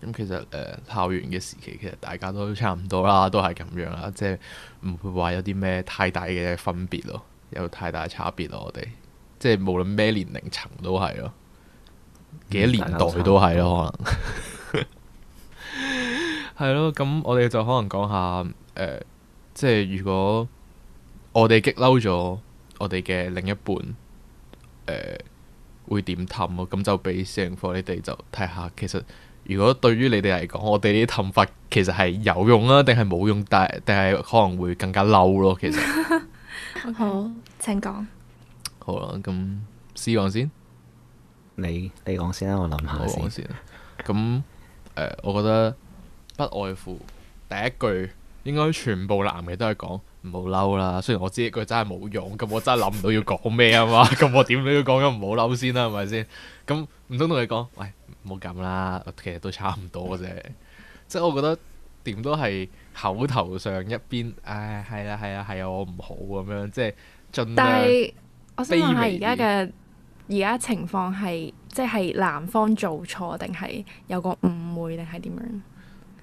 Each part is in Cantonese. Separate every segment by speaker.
Speaker 1: 咁其實誒、呃校園嘅時期，其實大家都差唔多啦，都係咁樣啦，即係唔會話有啲咩太大嘅分別咯，有太大差別咯，我哋即係無論咩年齡層都係咯，幾多年代都係咯，可能係 咯。咁我哋就可能講下誒、呃即係如果我哋激嬲咗我哋嘅另一半，誒、會點氹咯？咁就俾私營課你哋就睇下，其實如果對於你哋嚟講，我哋呢啲氹法其實係有用啊啦，定係冇用，但係定係可能會更加嬲咯。其實
Speaker 2: 好，請講。
Speaker 1: 好啦，咁試講先。
Speaker 3: 你你講先啦，我諗下
Speaker 1: 我
Speaker 3: 先
Speaker 1: 講。先啦。咁誒、呃我覺得不外乎第一句應該全部男嘅都係講唔好嬲啦。雖然我知呢句真係冇用，咁我真係諗唔到要講咩啊嘛。 咁我點都要講咗唔好嬲先啦，係咪先？咁唔通同你講，喂，唔好咁啦，其實都差唔多啫。即係我覺得點都係口頭上一邊，唉，係啦係啦係啊，我唔好咁樣，即係盡
Speaker 2: 但
Speaker 1: 量。
Speaker 2: 係我想問下
Speaker 1: 卑微
Speaker 2: 而
Speaker 1: 啲
Speaker 2: 家嘅而家情況係即係男方做錯定係有個誤會定係點樣？
Speaker 1: 誒、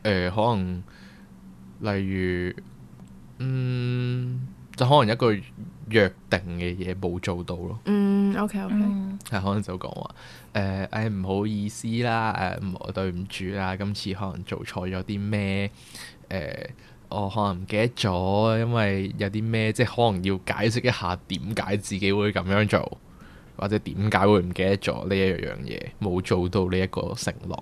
Speaker 1: 呃可能例如，嗯，就可能一個約定嘅嘢冇做到咯，
Speaker 2: 嗯，OK OK，
Speaker 4: 嗯
Speaker 1: 係可能就講話誒，誒唔好意思啦，誒、唔我對唔住啦，今次可能做錯咗啲咩，誒、我可能唔記得咗，因為有啲咩即係可能要解釋一下點解自己會咁樣做，或者點解會唔記得咗呢一樣嘢，冇做到呢一個承諾，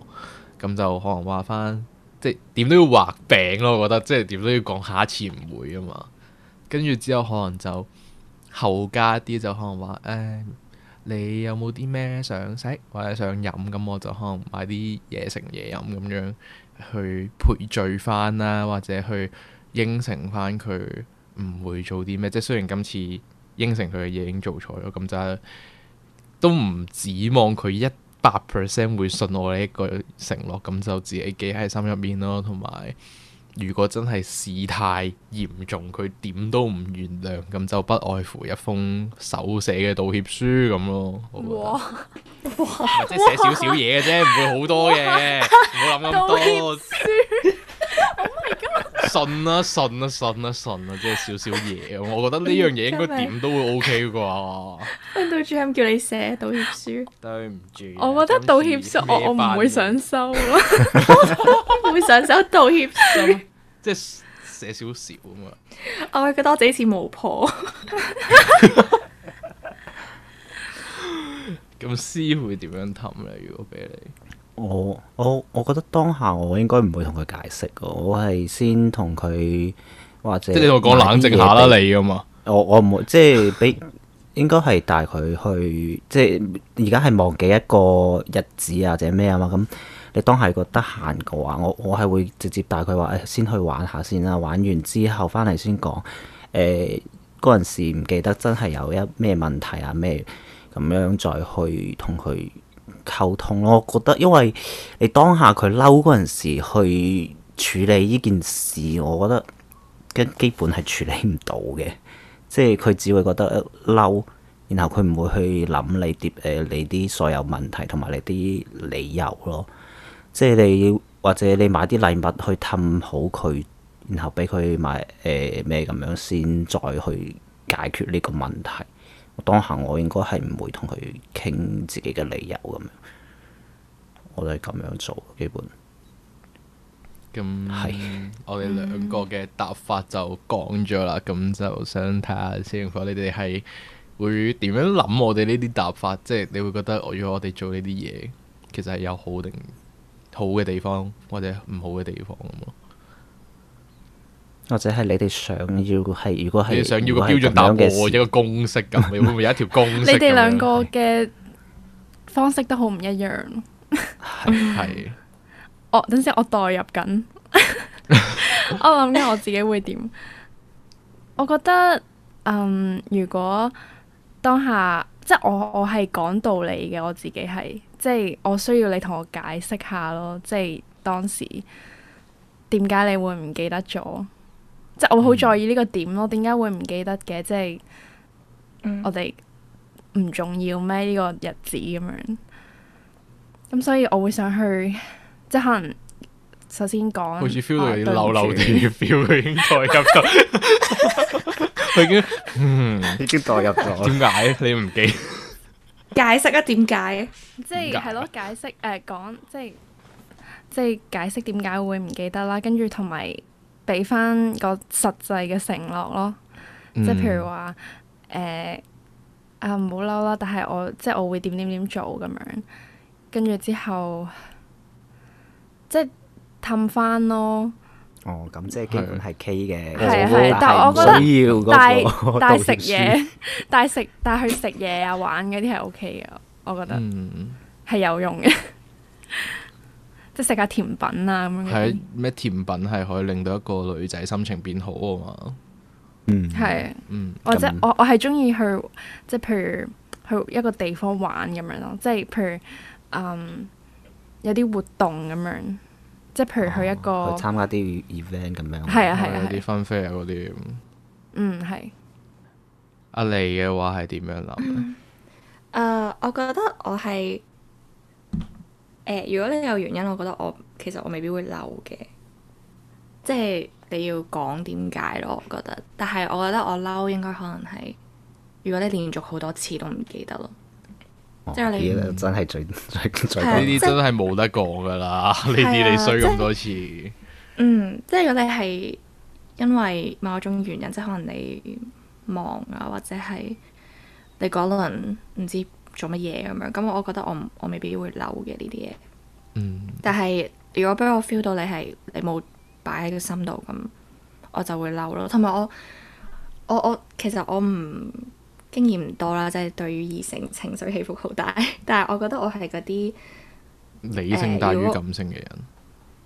Speaker 1: 咁就可能話翻，即係點都要畫餅咯。我覺得即係點都要講下一次唔會啊嘛。跟住之後可能就後加啲就可能話，誒、你有冇啲咩想食或者想飲？咁我就可能買啲嘢食嘢飲咁樣去賠罪翻啦，或者去應承翻佢唔會做啲咩。即係雖然今次應承佢嘅嘢已經做錯咗，咁就係都唔指望佢一百 percent 會信我呢一個承諾，咁就自己記喺心入面咯。同埋，如果真係事態嚴重，佢點都唔原諒，咁就不外乎一封手寫嘅道歉書咁咯。我覺得
Speaker 4: 哇！
Speaker 1: 唔係即係寫少少嘢嘅啫，唔會好多嘅，唔好諗咁
Speaker 4: 道歉
Speaker 1: 多。信啦、信啦、信啦、信啦、即係少少嘢。我覺得呢樣嘢 應該點都會 OK 啩。
Speaker 4: 令到 G M 叫你寫道歉書，
Speaker 1: 對唔住，
Speaker 4: 我覺得道歉書我我唔會想收咯，啊 我唔會想收 道歉書，
Speaker 1: 即係寫少少啊嘛。
Speaker 4: 我會覺得我自己似巫婆。
Speaker 1: 咁 C 會點樣氹咧？如果俾你，
Speaker 3: 我我我覺得當下我應該唔會同佢解釋嘅，我係先同佢或者
Speaker 1: 即係你同我講冷靜下啦，你啊嘛。
Speaker 3: 我我唔會即係俾應該係帶佢去，即係而家係忘記一個日子啊或者咩啊嘛咁。你當係覺得閒嘅話，我我係會直接帶佢話誒先去玩下先啦，玩完之後翻嚟先講誒嗰陣時唔記得真係有一咩問題啊咩咁樣再去同佢溝通咯。我覺得因為你當下佢嬲嗰陣時去處理呢件事，我覺得根基本係處理唔到嘅。即係佢只會覺得呃嬲，然後佢唔會去諗你啲誒、呃你啲所有問題同埋你啲理由咯。即係你或者你買啲禮物去氹好佢，然後俾佢買誒咩咁樣先再去解決呢個問題。當下我應該係唔會同佢傾自己嘅理由咁樣，我都係咁樣做基本。係
Speaker 1: 咁我哋兩個嘅答法就講咗啦，咁就想睇下先，況你哋係會點樣諗我哋呢啲答法？即係你會覺得，如果我哋做呢啲嘢，其實係有好定好嘅地方，或者唔好嘅地方咁咯。
Speaker 3: 或者係你哋想要係，如果係
Speaker 1: 你想要個
Speaker 3: 如果係
Speaker 1: 標準
Speaker 3: 咁
Speaker 1: 答案，
Speaker 3: 樣嘅事
Speaker 1: 一 個公式咁，你會唔會有一條公式咁
Speaker 2: 你
Speaker 1: 樣？
Speaker 2: 哋兩個嘅方式都好唔一樣。嗯
Speaker 1: 係
Speaker 2: 我等陣先，我代入 緊， 我諗緊我自己會點。我覺得，嗯，如果當下即係我我係講道理嘅，我自己係即係我需要你同我解釋下咯，即係當時點解你會唔記得咗？即係我
Speaker 1: 嗯
Speaker 2: 會好在意呢個點咯，點解會唔記得嘅？即係
Speaker 4: 嗯
Speaker 2: 我哋唔重要咩？呢、個日子咁樣，咁所以我會想去即係可能首先講，
Speaker 1: 好似 feel 到
Speaker 2: 啊
Speaker 1: 有啲
Speaker 2: 對唔
Speaker 1: 漏漏
Speaker 2: 住
Speaker 1: 哋嘅 feel，佢已經代入 咗，佢已經嗯
Speaker 3: 已經代入咗。
Speaker 1: 點解你唔記？
Speaker 4: 解釋啊，點解？
Speaker 2: 即
Speaker 1: 點
Speaker 2: 係
Speaker 1: 解
Speaker 2: 係咯，解釋誒、講即係即係解釋點解會唔記得啦，跟住同埋俾翻個實際嘅承諾咯，
Speaker 1: 嗯
Speaker 2: 即係譬如話誒、啊唔好嬲啦，但係我即係我會點點點做咁樣，跟住之後即係氹翻咯，
Speaker 3: 哦，咁即係基本係 K 嘅，
Speaker 2: 係啊
Speaker 3: 我
Speaker 2: 係但係我覺得
Speaker 3: 唔需要
Speaker 2: 帶
Speaker 3: 嗰個
Speaker 2: 帶
Speaker 3: 道
Speaker 2: 食
Speaker 3: 歉書，
Speaker 2: 嘢， 帶食帶去食嘢啊玩嗰啲係 OK 嘅，我覺得。
Speaker 1: 嗯，
Speaker 2: 係有用嘅， 即係食下甜品啊咁樣嗰
Speaker 1: 係
Speaker 2: 啲。
Speaker 1: 咩甜品係可以令到一個女仔心情變好啊嘛？
Speaker 3: 嗯，
Speaker 2: 係，
Speaker 1: 嗯
Speaker 2: 或者
Speaker 3: 咁
Speaker 2: 我我係中意去即係譬如去一個地方玩咁樣咯，即係譬如嗯有啲活動咁樣，即係譬如去一個
Speaker 3: 哦去參加啲 event 咁樣。
Speaker 2: 哦係啊係
Speaker 1: 有
Speaker 2: 啊係
Speaker 1: 啲
Speaker 2: 啊，
Speaker 1: 分啡啊嗰啲。
Speaker 2: 嗯係，
Speaker 1: 阿你嘅話係點樣諗
Speaker 2: 嗯
Speaker 1: 呢？
Speaker 4: 誒、呃我覺得我係誒、呃如果你有原因，我覺得我其實我未必會嬲嘅，即係你要講點解咯。我覺得，但係我覺得我嬲應該可能係，如果你連續好多次都唔記得咯，
Speaker 3: 哦
Speaker 4: 即係你
Speaker 3: 呢個真係最 最最
Speaker 1: 呢
Speaker 4: 係
Speaker 1: 啲真係冇得講噶 啦，呢
Speaker 2: 啊
Speaker 1: 啲你衰咁多次，
Speaker 4: 嗯，即係如果你係因為某種原因，即係可能你忙啊，或者係你嗰輪唔知做乜嘢咁樣，咁我覺得我唔我未必會嬲嘅呢啲嘢。
Speaker 1: 嗯，
Speaker 4: 但係如果俾我 feel 到你係你冇擺喺個心度咁，我就會嬲咯。同埋我我我其實我唔經驗唔多啦，即係對於異性情緒起伏好大。 但係我覺得我係嗰啲
Speaker 1: 理性大
Speaker 4: 誒
Speaker 1: 於
Speaker 4: 如果
Speaker 1: 感性嘅人。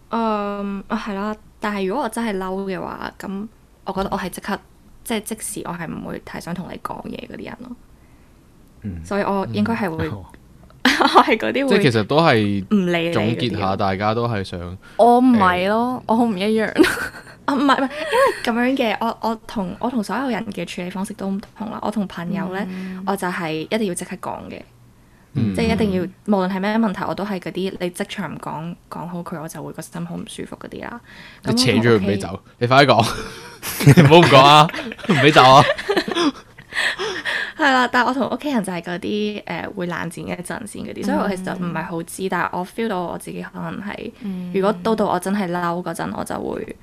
Speaker 4: 嗯啊係啦。但係如果我真係嬲嘅話，咁我覺得我係即刻即係即時我係唔會太想同你講嘢嗰啲人咯。
Speaker 3: 嗯
Speaker 4: 所以我應該 係會，
Speaker 3: 哦
Speaker 4: 我係嗰啲
Speaker 1: 即係其
Speaker 4: 會
Speaker 1: 實都係
Speaker 4: 唔理你
Speaker 1: 總
Speaker 4: 嗰啲
Speaker 2: 啊
Speaker 1: 結下，
Speaker 4: 人
Speaker 1: 大家都係想
Speaker 2: 我唔係咯，我好唔一樣。
Speaker 4: 啊，唔係唔係，因為咁樣嘅，我我同我同所有人嘅處理方式都唔同啦。我同朋友咧，我就係一定要即刻講嘅，
Speaker 1: 嗯
Speaker 4: 即係一定要，無論係咩問題，我都係嗰啲你即場唔講講好佢，我就會個心好唔舒服嗰啲啦。
Speaker 1: 你
Speaker 4: 咁我
Speaker 1: 扯
Speaker 4: 同
Speaker 1: 咗佢
Speaker 4: 屋
Speaker 1: 唔
Speaker 4: 企
Speaker 1: 俾。走，你快啲講， 你唔好唔講啊，唔俾走啊，
Speaker 4: 係啦，但係我同屋企人就係嗰啲誒會冷戰一陣先嗰啲，所以我其實唔係好知，但係我 feel 到我自己可能係，如果到到我真係嬲嗰陣，我就會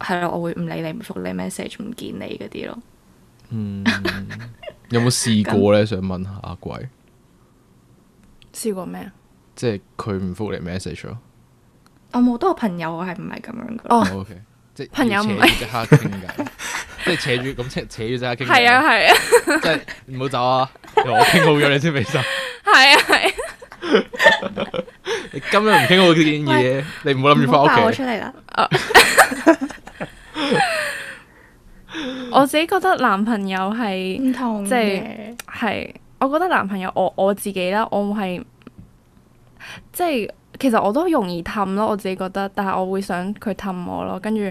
Speaker 4: 係咯，我會唔理你，唔復你 message，唔見你嗰啲咯。
Speaker 1: 嗯，有冇試過咧？想問下阿貴，
Speaker 2: 試過咩啊？
Speaker 1: 即係佢唔復你 message 咯
Speaker 4: 我冇多個朋友，我係唔係咁樣噶。
Speaker 2: 哦，
Speaker 1: ，OK，即係
Speaker 2: 朋友唔係
Speaker 1: 要扯住即刻傾偈， 即係扯住咁扯扯住即刻傾偈，
Speaker 2: 係啊，係啊
Speaker 1: 即係唔好走啊，我傾好咗你先俾 走，
Speaker 2: 係啊係啊，
Speaker 1: 你今日唔傾好建議，你唔好諗住
Speaker 4: 唔好爆
Speaker 1: 翻屋
Speaker 4: 我
Speaker 1: 企
Speaker 4: 出，嚟啦！
Speaker 2: 我自己覺得男朋友係。
Speaker 4: 唔同
Speaker 2: 即係係，我覺得男朋友我我自己啦，我係即係其實我都容易氹咯，我自己覺得，但係我會想佢氹我咯，跟住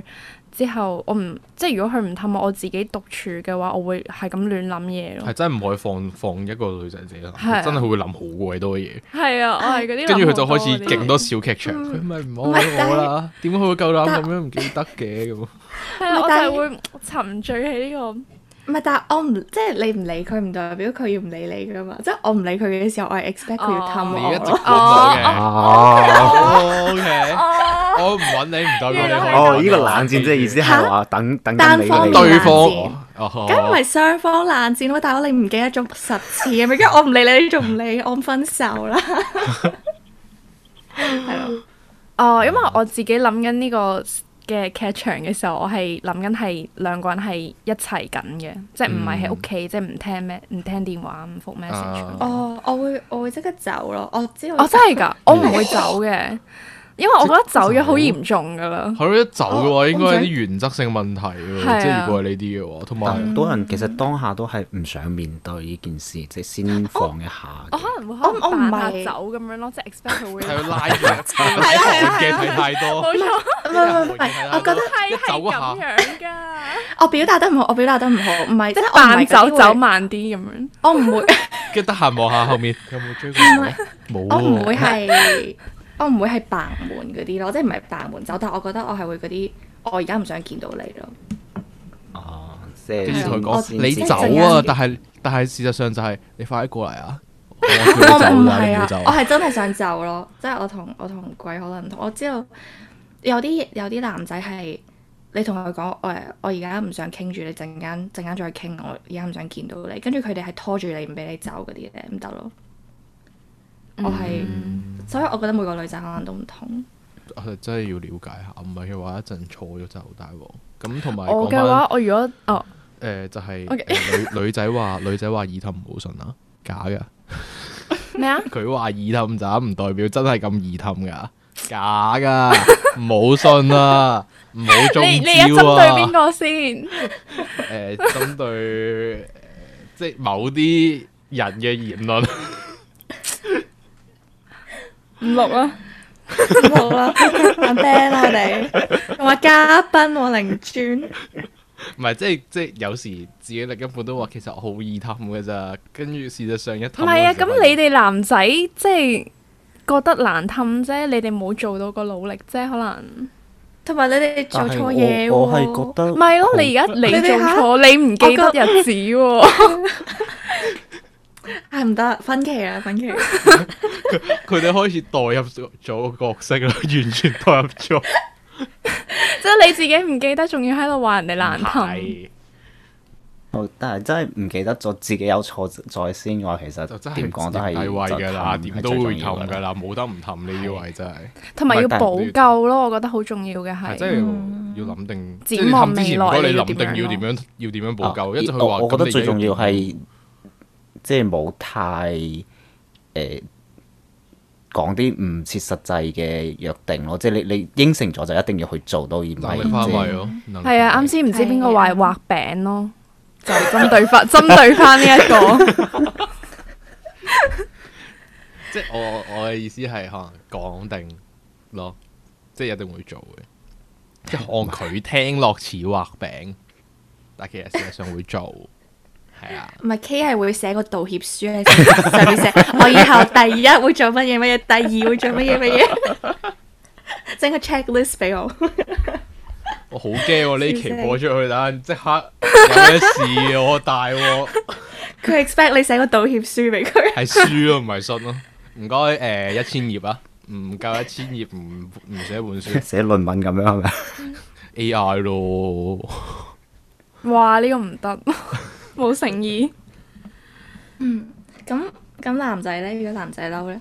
Speaker 2: 之後我唔即係如果佢唔氹我，我自己獨處嘅話，我會係咁亂諗嘢
Speaker 1: 係
Speaker 2: 咯。
Speaker 1: 真係唔可以放放一個女仔自己諗
Speaker 2: 係啊
Speaker 1: 真係佢會諗好鬼多嘢。
Speaker 2: 係啊，我係嗰啲
Speaker 1: 跟住佢就
Speaker 2: 諗好多
Speaker 1: 開始
Speaker 2: 嗰啲
Speaker 1: 勁多小劇場，佢咪唔愛我啦？點解佢會夠膽咁
Speaker 4: 但
Speaker 1: 樣唔記得嘅咁？
Speaker 2: 係啊，我
Speaker 4: 唔係
Speaker 2: 就
Speaker 4: 但係
Speaker 2: 係會沉醉喺 呢
Speaker 4: 唔係，但係我唔即係你唔理佢，唔代表佢要唔理你噶嘛。即係我唔理佢嘅時候，我係 expect 佢要氹
Speaker 1: 你
Speaker 2: 哦
Speaker 1: 一
Speaker 4: 我
Speaker 1: 直
Speaker 4: 咯。
Speaker 1: 揾我嘅，O K，
Speaker 3: 哦
Speaker 2: 個哦，
Speaker 1: 我唔揾你唔代表
Speaker 2: 原來
Speaker 1: 你可以揾
Speaker 2: 係
Speaker 3: 哦，
Speaker 1: 我
Speaker 3: 呢個冷戰即係意思係話等等緊你
Speaker 4: 單方
Speaker 3: 嚟
Speaker 4: 面
Speaker 2: 啊
Speaker 1: 對
Speaker 2: 嗯
Speaker 1: 方
Speaker 4: 冷
Speaker 1: 哦，
Speaker 4: 咁咪雙方冷戰咯，大佬你唔記得咗十次咁樣，跟住我唔理你，你仲唔理我，分手啦。係咯，
Speaker 2: 哦，因為我自己諗緊呢
Speaker 1: 哦
Speaker 2: 個嘅劇場嘅時候，我係諗緊係兩個人係一齊緊嘅，即係唔係喺屋
Speaker 1: 嗯
Speaker 2: 企，即係唔聽咩，唔聽電話，唔覆 message
Speaker 1: 啊
Speaker 2: 咁樣。
Speaker 4: 我哦我會我會即刻走咯，我知 道。
Speaker 2: 我哦真 係
Speaker 1: 嗯
Speaker 2: 㗎，我唔會走嘅，因為我覺得走咗好嚴重㗎啦。
Speaker 1: 係咯，一走嘅話
Speaker 4: 我
Speaker 1: 應該係啲原則性問題
Speaker 2: 哦係啊嗯
Speaker 1: 喎，即係如果係呢啲嘅話，同
Speaker 3: 但
Speaker 1: 埋
Speaker 3: 好多人其實當下都係唔想面對呢件事，即係先放一下
Speaker 2: 我
Speaker 3: 嘅。
Speaker 2: 可能會
Speaker 4: 我
Speaker 2: 可能
Speaker 4: 我唔
Speaker 2: 扮
Speaker 4: 係
Speaker 2: 下走咁樣咯，即係 expect 佢會。
Speaker 1: 係要啊拉住一齊睇韓劇睇太多，
Speaker 2: 冇錯，
Speaker 4: 唔係唔係唔係，我覺得
Speaker 1: 一
Speaker 2: 係係
Speaker 1: 走
Speaker 2: 咁
Speaker 1: 下
Speaker 2: 樣 㗎，
Speaker 4: 我表達得唔好，我表達得唔好，唔係
Speaker 2: 即
Speaker 4: 即係
Speaker 2: 係
Speaker 4: 我唔
Speaker 2: 扮
Speaker 4: 係
Speaker 2: 走
Speaker 4: 嗰啲會
Speaker 2: 走，慢啲咁樣。
Speaker 4: 我唔會。
Speaker 2: 哦
Speaker 1: 跟住得閒望下後面有冇追過我，冇啊
Speaker 4: 我
Speaker 1: 喎
Speaker 4: 唔會係，我唔會係白門嗰啲咯，即係唔係白門走，但我覺得我係會嗰啲，我而家唔想見到你咯。
Speaker 3: 哦，即係
Speaker 1: 跟住同佢
Speaker 4: 我
Speaker 1: 講你
Speaker 4: 即係
Speaker 1: 走
Speaker 4: 陣間
Speaker 1: 啊！但係但係事實上就係你快啲過嚟啊！我叫
Speaker 4: 我
Speaker 1: 你走
Speaker 4: 唔
Speaker 1: 啦，你唔
Speaker 4: 係
Speaker 1: 好
Speaker 4: 啊
Speaker 1: 走，
Speaker 4: 我
Speaker 1: 啊。
Speaker 4: 係真係想走咯，即係我同我同鬼可能唔同我知道有啲有啲男仔係你同佢講誒，我而家唔想傾住，你陣間陣間再傾，我而家唔想見到你，跟住佢哋係拖住你唔俾你走嗰啲咧，唔得咯。我係，
Speaker 3: 嗯
Speaker 4: 所以我覺得每個女仔可能都唔同。
Speaker 1: 我係真係要了解下，唔係嘅話一陣錯咗真係好大鑊。咁同埋
Speaker 2: 我
Speaker 1: 講
Speaker 2: 嘅
Speaker 1: 翻
Speaker 2: 話，我如果哦，
Speaker 1: 誒就係
Speaker 2: OK
Speaker 1: 誒女女仔話女仔話耳氹唔好信啊，假㗎。
Speaker 2: 咩啊？
Speaker 1: 佢話耳氹咋，唔代表真係咁耳氹㗎，假 㗎，唔好信啊，唔好中招啊。
Speaker 2: 你你而家針對邊個先？
Speaker 1: 誒針對誒即係某啲人嘅言論，
Speaker 2: 唔錄 啦，
Speaker 4: 好啦，啊阿 Ben 我哋同埋嘉賓喎，零專。
Speaker 1: 唔係即係即係有時自己另一半都話其實我好易氹嘅咋，跟住事實上一
Speaker 2: 唔
Speaker 1: 氹
Speaker 2: 係啊，
Speaker 1: 嗰時候
Speaker 2: 咁你哋男仔即係覺得難氹啫，你哋冇做到個努力啫，可能
Speaker 4: 同埋你哋做
Speaker 3: 但係
Speaker 4: 錯
Speaker 3: 我
Speaker 4: 嘢喎，
Speaker 3: 我係覺得
Speaker 2: 唔係咯。你而家你
Speaker 4: 你
Speaker 2: 做
Speaker 4: 哋嚇
Speaker 2: 錯，你唔記得日子喎，
Speaker 4: 係唔得分歧啦，分歧啦。
Speaker 1: 佢哋開始代入咗個角色啦，完全代入咗。
Speaker 2: 即係你自己唔記得，仲要喺度話人哋難氹。
Speaker 1: 係
Speaker 3: 我但係真係唔記得咗自己有錯在先嘅話，其
Speaker 1: 就
Speaker 3: 實
Speaker 1: 真
Speaker 3: 點講
Speaker 1: 係
Speaker 3: 都係
Speaker 1: 係位㗎啦，點都會氹㗎
Speaker 3: 啦。
Speaker 1: 啦，冇得唔氹呢啲位真係。
Speaker 2: 同埋要
Speaker 3: 唔係但係
Speaker 2: 補救咯，我覺得好重要嘅
Speaker 1: 係
Speaker 2: 係。嗯
Speaker 1: 真係要諗定，即係
Speaker 2: 展望
Speaker 1: 你氹之前
Speaker 2: 未來
Speaker 1: 唔該
Speaker 2: 你
Speaker 1: 你
Speaker 2: 要
Speaker 1: 諗
Speaker 2: 點
Speaker 1: 定要
Speaker 2: 樣
Speaker 1: 點樣要點樣補救。
Speaker 3: 啊
Speaker 1: 一直佢話
Speaker 3: 我我覺
Speaker 1: 咁
Speaker 3: 得
Speaker 1: 你
Speaker 3: 最
Speaker 1: 而家
Speaker 3: 重要
Speaker 1: 點
Speaker 3: 係即係冇太誒講啲唔切實際嘅約定咯，即係你你應承咗就一定要去做到，而唔
Speaker 1: 能
Speaker 3: 係
Speaker 1: 力範
Speaker 3: 即係
Speaker 1: 圍咯，能力
Speaker 2: 係啊，
Speaker 1: 範圍
Speaker 2: 啱先唔知邊個話
Speaker 4: 係
Speaker 2: 畫餅咯，就針對翻 針對翻呢一個。
Speaker 1: 即係我我嘅意思係可能講定咯，即係一定會做嘅，即係看佢聽落似畫餅， 但其實事實上會做，係啊，
Speaker 4: 唔係 K 係會寫個道歉書喺上面寫， 我以後第一會做乜嘢乜嘢，第二會做乜嘢乜嘢， 整個 checklist 俾 我。
Speaker 1: 我好驚喎呢期
Speaker 4: 笑死
Speaker 1: 播出去，但即刻有咩事啊我大鑊，
Speaker 4: 佢 expect 你寫個道歉書俾佢。
Speaker 1: 係輸啊咯唔係信咯，唔該誒一千頁啊，唔夠一千頁唔唔寫本書
Speaker 3: 寫論文咁樣係咪？
Speaker 1: AI 咯。
Speaker 2: 哇！呢個唔得，冇誠意。
Speaker 4: 咁咁男仔咧，如果男仔嬲咧，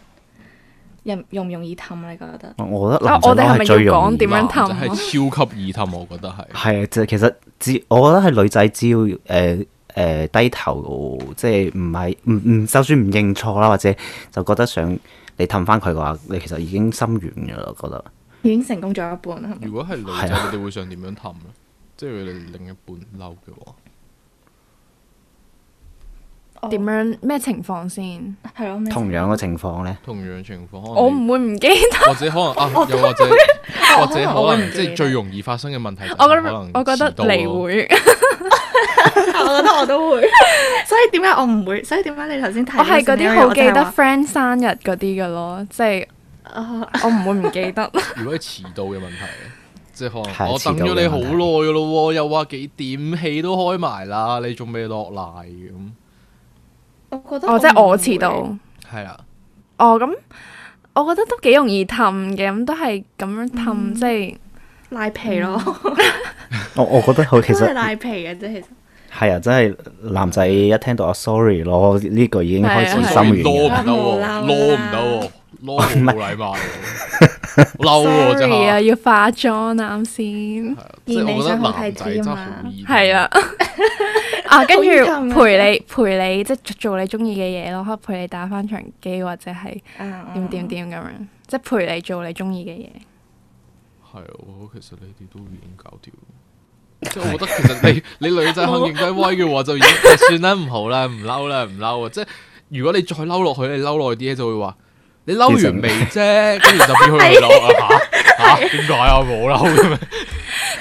Speaker 4: 容容唔容易氹啊你覺得？
Speaker 3: 我我覺得
Speaker 2: 啊
Speaker 3: 男仔
Speaker 2: 我哋係
Speaker 3: 都
Speaker 2: 咪
Speaker 3: 係最
Speaker 2: 要講
Speaker 3: 容易
Speaker 2: 點樣
Speaker 1: 男
Speaker 2: 氹
Speaker 1: 仔
Speaker 2: 啊
Speaker 1: 係超級易氹，我覺得係。
Speaker 3: 係啊，即係其實只我覺得係女仔只要誒誒、呃低頭，即係唔係唔唔，就算唔認錯啦，或者就覺得想你氹翻佢嘅話，你其實已經心軟嘅啦，我覺得。
Speaker 4: 已經成功咗一半啦，係咪
Speaker 1: 如果係女仔，
Speaker 3: 係啊
Speaker 1: 你哋會想點樣氹咧？即係佢哋另一半嬲嘅話，
Speaker 4: 哦
Speaker 2: 點樣咩情況先？
Speaker 4: 係咯，咩
Speaker 3: 同樣嘅情況咧，
Speaker 1: 同樣情況，可
Speaker 2: 我
Speaker 1: 能你
Speaker 2: 唔會唔記得。
Speaker 1: 或者可能啊，又或者或者可
Speaker 4: 我會唔
Speaker 1: 能即
Speaker 4: 記
Speaker 1: 係
Speaker 4: 得
Speaker 1: 最容易發生嘅問題就係可
Speaker 2: 我覺得
Speaker 1: 能
Speaker 2: 我覺
Speaker 1: 遲
Speaker 2: 得
Speaker 1: 到啊咯
Speaker 2: 你會，
Speaker 4: 我覺得我都會， 所以點解我唔會？所以點解你頭先睇
Speaker 2: 我係嗰啲好記
Speaker 4: 我就
Speaker 2: 得
Speaker 4: 係話
Speaker 2: friend 生日嗰啲嘅咯，即係
Speaker 4: 啊
Speaker 2: 我唔會唔記得。
Speaker 1: 如果係遲到嘅問題咧，即係可
Speaker 3: 係
Speaker 1: 能我哦等
Speaker 3: 遲到
Speaker 1: 咗
Speaker 3: 嘅
Speaker 1: 你好
Speaker 3: 問題
Speaker 1: 耐嘅咯喎，又話幾點戲都開埋啦，你仲未落嚟咁，
Speaker 4: 我覺得
Speaker 2: 哦，即係
Speaker 4: 唔
Speaker 2: 我
Speaker 4: 會
Speaker 2: 遲到。
Speaker 1: 係啦，
Speaker 2: 哦，咁我覺得都幾容易氹嘅，咁都係咁樣
Speaker 1: 嗯
Speaker 2: 氹，即係
Speaker 4: 拉皮咯，
Speaker 3: 我我覺得佢嗯其
Speaker 4: 都 係
Speaker 3: 實
Speaker 4: 拉皮嘅啫，其實。
Speaker 3: 係啊，真係男仔一聽到啊 sorry 咯，呢句已經開始
Speaker 2: 係啊
Speaker 3: 心
Speaker 2: 係啊
Speaker 1: 攞
Speaker 3: 軟
Speaker 1: 唔
Speaker 3: 嘅
Speaker 1: 得
Speaker 3: 啦。
Speaker 1: 喎，
Speaker 4: 嬲
Speaker 1: 攞唔
Speaker 4: 啦
Speaker 1: 得喎，攞好冇禮貌喎，嬲喎 真
Speaker 2: sorry
Speaker 1: 係
Speaker 2: 啊，。要化妝啊啱先。
Speaker 1: 即係我
Speaker 4: 而你
Speaker 1: 覺得
Speaker 4: 想好
Speaker 1: 男
Speaker 4: 睇
Speaker 1: 仔真係
Speaker 4: 啲
Speaker 1: 好
Speaker 4: 啊嘛
Speaker 1: 易
Speaker 2: 係啦， 啊，跟住
Speaker 4: 好陰沉啊
Speaker 2: 陪你陪你，即係做你中意嘅嘢咯，可以陪你打翻場機或者係
Speaker 4: 啊
Speaker 2: 點點。點咁樣，即係陪你做你中意嘅嘢。
Speaker 1: 係，啊我覺得其實你哋都已經搞掂。即係我覺得其實 你你女仔肯認低威嘅話，就已經唉算啦，唔好啦，唔嬲啦，唔嬲啊！即係如果你再嬲落去，你嬲耐啲咧，就會話你嬲完未啫， 跟住就變佢嬲啊嚇嚇點解啊？冇嬲嘅咩？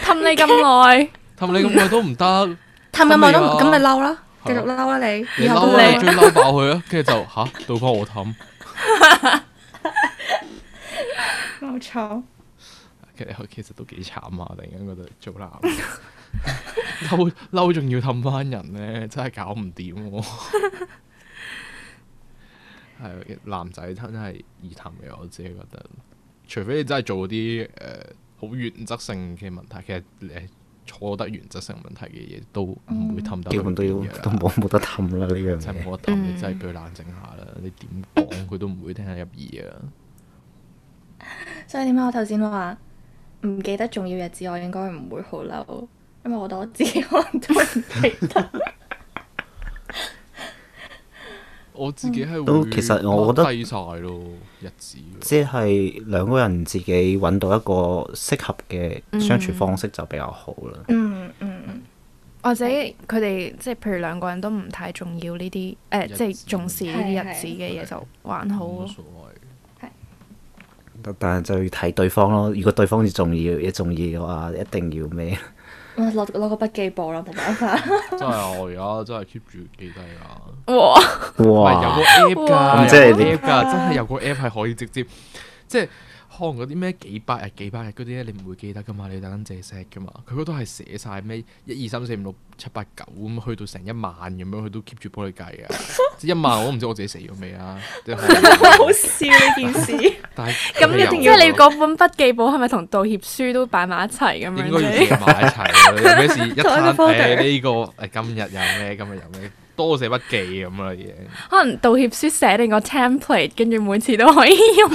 Speaker 2: 氹你咁 耐，
Speaker 1: 氹你咁耐都唔得，
Speaker 4: 氹咁耐都唔
Speaker 1: 咁你啊
Speaker 4: 咁咪嬲啦，
Speaker 1: 係
Speaker 4: 繼續嬲啦你，
Speaker 1: 你
Speaker 4: 以後
Speaker 1: 嬲啊
Speaker 4: 都
Speaker 1: 啦，
Speaker 4: 嬲
Speaker 1: 你
Speaker 4: 啦
Speaker 1: 追嬲爆佢啊！跟住就吓，到翻我氹，
Speaker 4: 冇錯。
Speaker 1: 其實其實都幾慘啊！突然間覺得做男 嬲嬲，仲要氹翻人咧，真係搞唔掂喎。係男仔真係易氹嘅，我自己覺得。除非你真係做啲誒呃好原則性嘅問題，其實你錯得原則性問題嘅嘢都唔會氹得
Speaker 3: 嗯基本都要
Speaker 1: 佢嘅啦
Speaker 3: 都冇冇得氹啦呢樣
Speaker 1: 真係
Speaker 3: 嘢。
Speaker 1: 冇得氹，
Speaker 2: 嗯
Speaker 1: 你真係俾佢冷靜下啦。你點講佢都唔會聽得入耳啊。
Speaker 4: 所以點解我頭先話唔記得重要日子，我應該唔會好嬲，因為我覺得我自己可能都唔記得。
Speaker 1: 我自
Speaker 2: 嗯
Speaker 1: 己係
Speaker 3: 都
Speaker 1: 會
Speaker 3: 其實我覺得
Speaker 1: mark 低晒咯日子。
Speaker 3: 即係兩個人自己揾到一個適合嘅
Speaker 2: 嗯
Speaker 3: 相處方式就比較好啦。
Speaker 4: 嗯嗯嗯，
Speaker 2: 或者佢哋即係譬如兩個人都唔太重要呢啲，誒、
Speaker 1: 子
Speaker 2: 即係重視呢啲日子嘅
Speaker 1: 係
Speaker 2: 嘢就還好
Speaker 1: 冇
Speaker 2: 啊咯
Speaker 1: 乜。所謂。
Speaker 3: 但但係就要睇對方咯。如果對方重要，嘢重要嘅話，一定要咩？
Speaker 4: 哇嗯攞攞個筆記簿啦，冇辦法。
Speaker 1: 真係啊我而家真係 keep 住記低啊！
Speaker 2: 哇！
Speaker 1: 唔係有
Speaker 3: 哇！
Speaker 1: 個 app
Speaker 2: 哇
Speaker 1: 㗎，
Speaker 3: 咁即係
Speaker 1: 有個
Speaker 3: 你
Speaker 1: app 㗎，真係有個 app 係可以直接即係。可能嗰啲咩幾百日、幾百日嗰啲咧，你唔會記得噶嘛，你特登借 set 噶嘛。佢嗰度係寫晒咩一二三四五六七八九咁，去到成一萬咁樣，佢都 keep 住幫你計啊。即係一萬，我唔知我自己死咗未啊。即係
Speaker 4: 好笑呢件事。
Speaker 1: 但係
Speaker 2: 咁
Speaker 1: 佢
Speaker 2: 一
Speaker 1: 有啊
Speaker 2: 定要即係你
Speaker 1: 喎
Speaker 2: 嗰本筆記簿係咪同道歉書都擺埋一齊咁
Speaker 1: 應
Speaker 2: 樣
Speaker 1: 該要
Speaker 2: 啫？
Speaker 1: 寫埋一齊咯。有咩事一
Speaker 4: 同一個
Speaker 1: 攤
Speaker 4: folder
Speaker 1: 誒呢個誒今日有咩，今日有咩，多寫筆記咁啦已經。
Speaker 2: 可能道歉書寫定個 template，跟住每次都可以 用。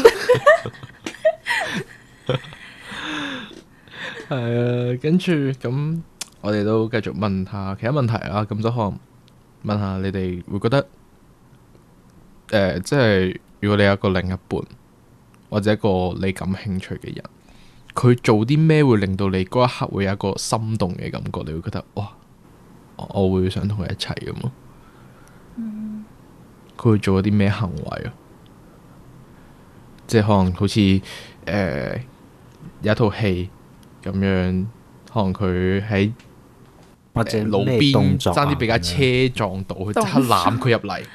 Speaker 1: 係啊，跟住咁我哋都繼續問下其他問題啦。咁就可能問下你哋會覺得誒、呃即係如果你有一個另一半或者一個你感興趣嘅人，佢做啲咩會令到你嗰一刻會有一個心動嘅感覺？你會覺得哇，我我會想同佢一齊咁咯。佢會做咗啲咩行為啊？即係可能好似誒、呃有一套戲。咁樣，可能佢喺誒
Speaker 3: 或者
Speaker 1: 路
Speaker 3: 咩
Speaker 1: 邊
Speaker 3: 動作啊
Speaker 1: 爭啲俾架
Speaker 3: 咁樣
Speaker 1: 車撞到，佢即刻攬佢入嚟，哦